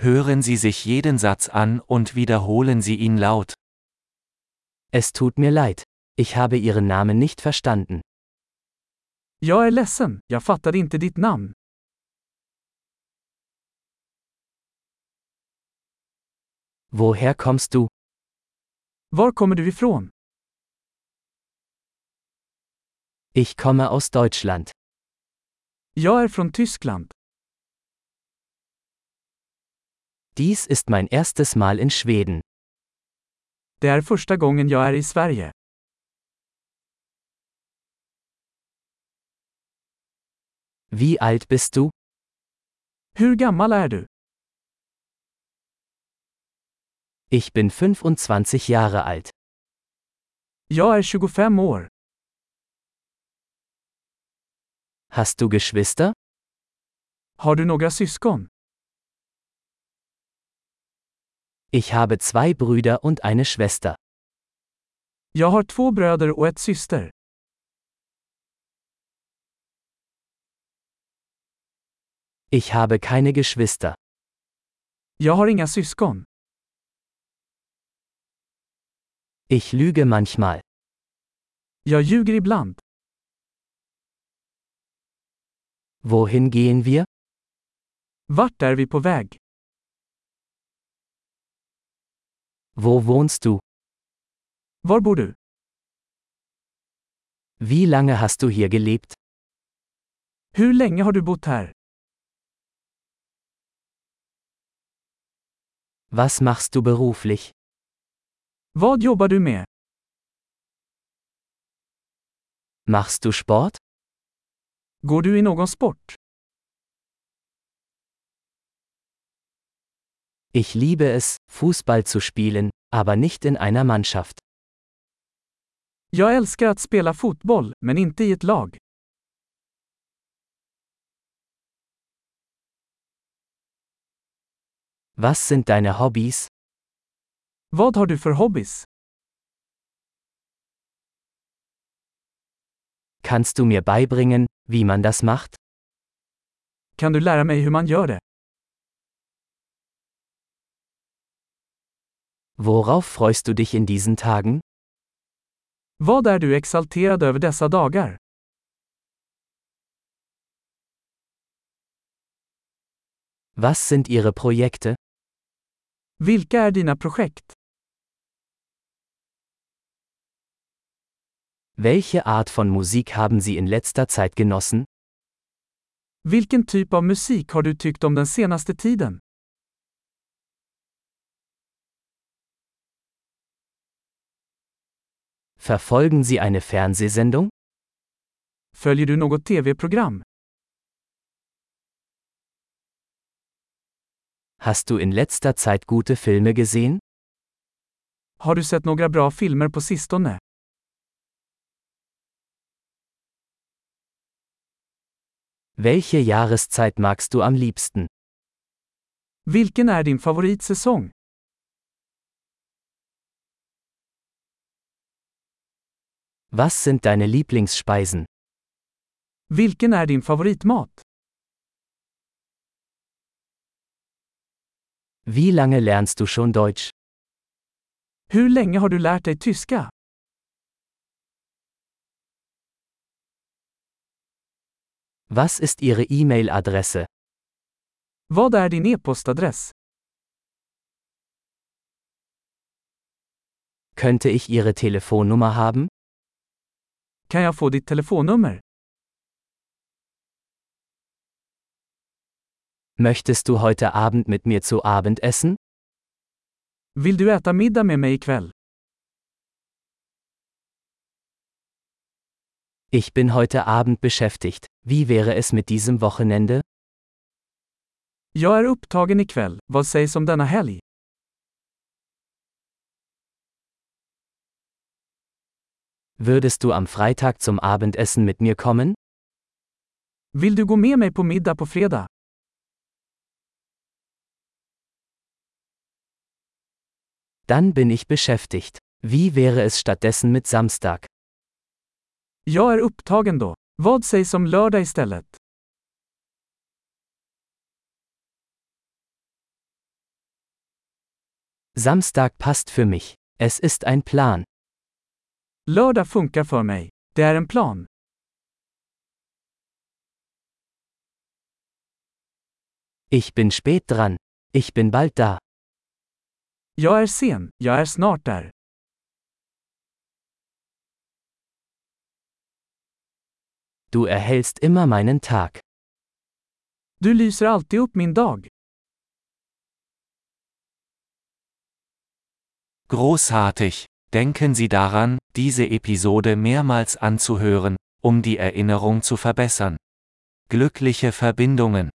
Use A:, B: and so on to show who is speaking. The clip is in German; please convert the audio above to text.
A: Hören Sie sich jeden Satz an und wiederholen Sie ihn laut.
B: Es tut mir leid. Ich habe Ihren Namen nicht verstanden.
C: Jag är ledsen, jag fattade inte ditt namn.
B: Woher kommst du?
C: Var kommer du ifrån?
B: Ich komme aus Deutschland.
C: Jag är från Tyskland.
B: Dies ist mein erstes Mal in Schweden.
C: Det är första gången jag är i Sverige.
B: Wie alt bist du?
C: Hur gammal är du?
B: Ich bin 25 Jahre alt.
C: Jag är 25 år.
B: Hast du Geschwister?
C: Har du några syskon?
B: Ich habe zwei Brüder und eine Schwester.
C: Jag har två bröder och ett syster.
B: Ich habe keine Geschwister.
C: Jag har inga syskon.
B: Ich lüge manchmal.
C: Jag ljuger ibland.
B: Wohin gehen wir?
C: Vart är vi på väg?
B: Wo wohnst du?
C: Var bor du?
B: Wie lange hast du hier gelebt?
C: Hur länge har du bott här?
B: Was machst du beruflich?
C: Vad jobbar du med?
B: Machst du Sport?
C: Går du i någon sport?
B: Ich liebe es, Fußball zu spielen, aber nicht in einer Mannschaft.
C: Jag älskar att spela fotboll, men inte i ett lag.
B: Was sind deine Hobbys?
C: Vad har du för hobbys?
B: Kannst du mir beibringen, wie man das macht?
C: Kan du lära mig hur man gör det?
B: Worauf freust du dich in diesen Tagen?
C: Vad är du exalterad över dessa dagar?
B: Was sind ihre Projekte?
C: Vilka är dina projekt?
B: Welche Art von Musik haben sie in letzter Zeit genossen?
C: Vilken typ av musik har du tyckt om den senaste tiden?
B: Verfolgen sie eine Fernsehsendung?
C: Följer du något tv-program?
B: Hast du in letzter Zeit gute Filme gesehen?
C: Har du sett några bra filmer på sistone?
B: Welche Jahreszeit magst du am liebsten?
C: Vilken är din favoritsäsong?
B: Was sind deine Lieblingsspeisen?
C: Vilken är din favoritmat?
B: Wie lange lernst du schon Deutsch?
C: Hur länge har du lärt dig tyska?
B: Was ist ihre E-Mail-Adresse?
C: Vad är din e-postadress?
B: Könnte ich ihre Telefonnummer haben?
C: Kan jag få ditt telefonnummer?
B: Möchtest du heute Abend mit mir zu Abend essen?
C: Vill du äta middag med mig ikväll?
B: Ich bin heute Abend beschäftigt. Wie wäre es mit diesem Wochenende?
C: Jag är upptagen ikväll, vad sägs om denna helg?
B: Würdest du am Freitag zum Abendessen mit mir kommen?
C: Vill du gå med mig på middag på fredag?
B: Dann bin ich beschäftigt. Wie wäre es stattdessen mit Samstag?
C: Jag är upptagen då. Vad sägs om lördag istället?
B: Samstag passt für mich. Es ist ein Plan.
C: Lördag funkar för mig. Det är en plan.
B: Ich bin spät dran. Ich bin bald da.
C: Jag är sen, jag är snart där.
B: Du erhellst immer meinen Tag.
C: Du lyser alltid upp min dag.
A: Großartig! Denken Sie daran, diese Episode mehrmals anzuhören, um die Erinnerung zu verbessern. Glückliche Verbindungen!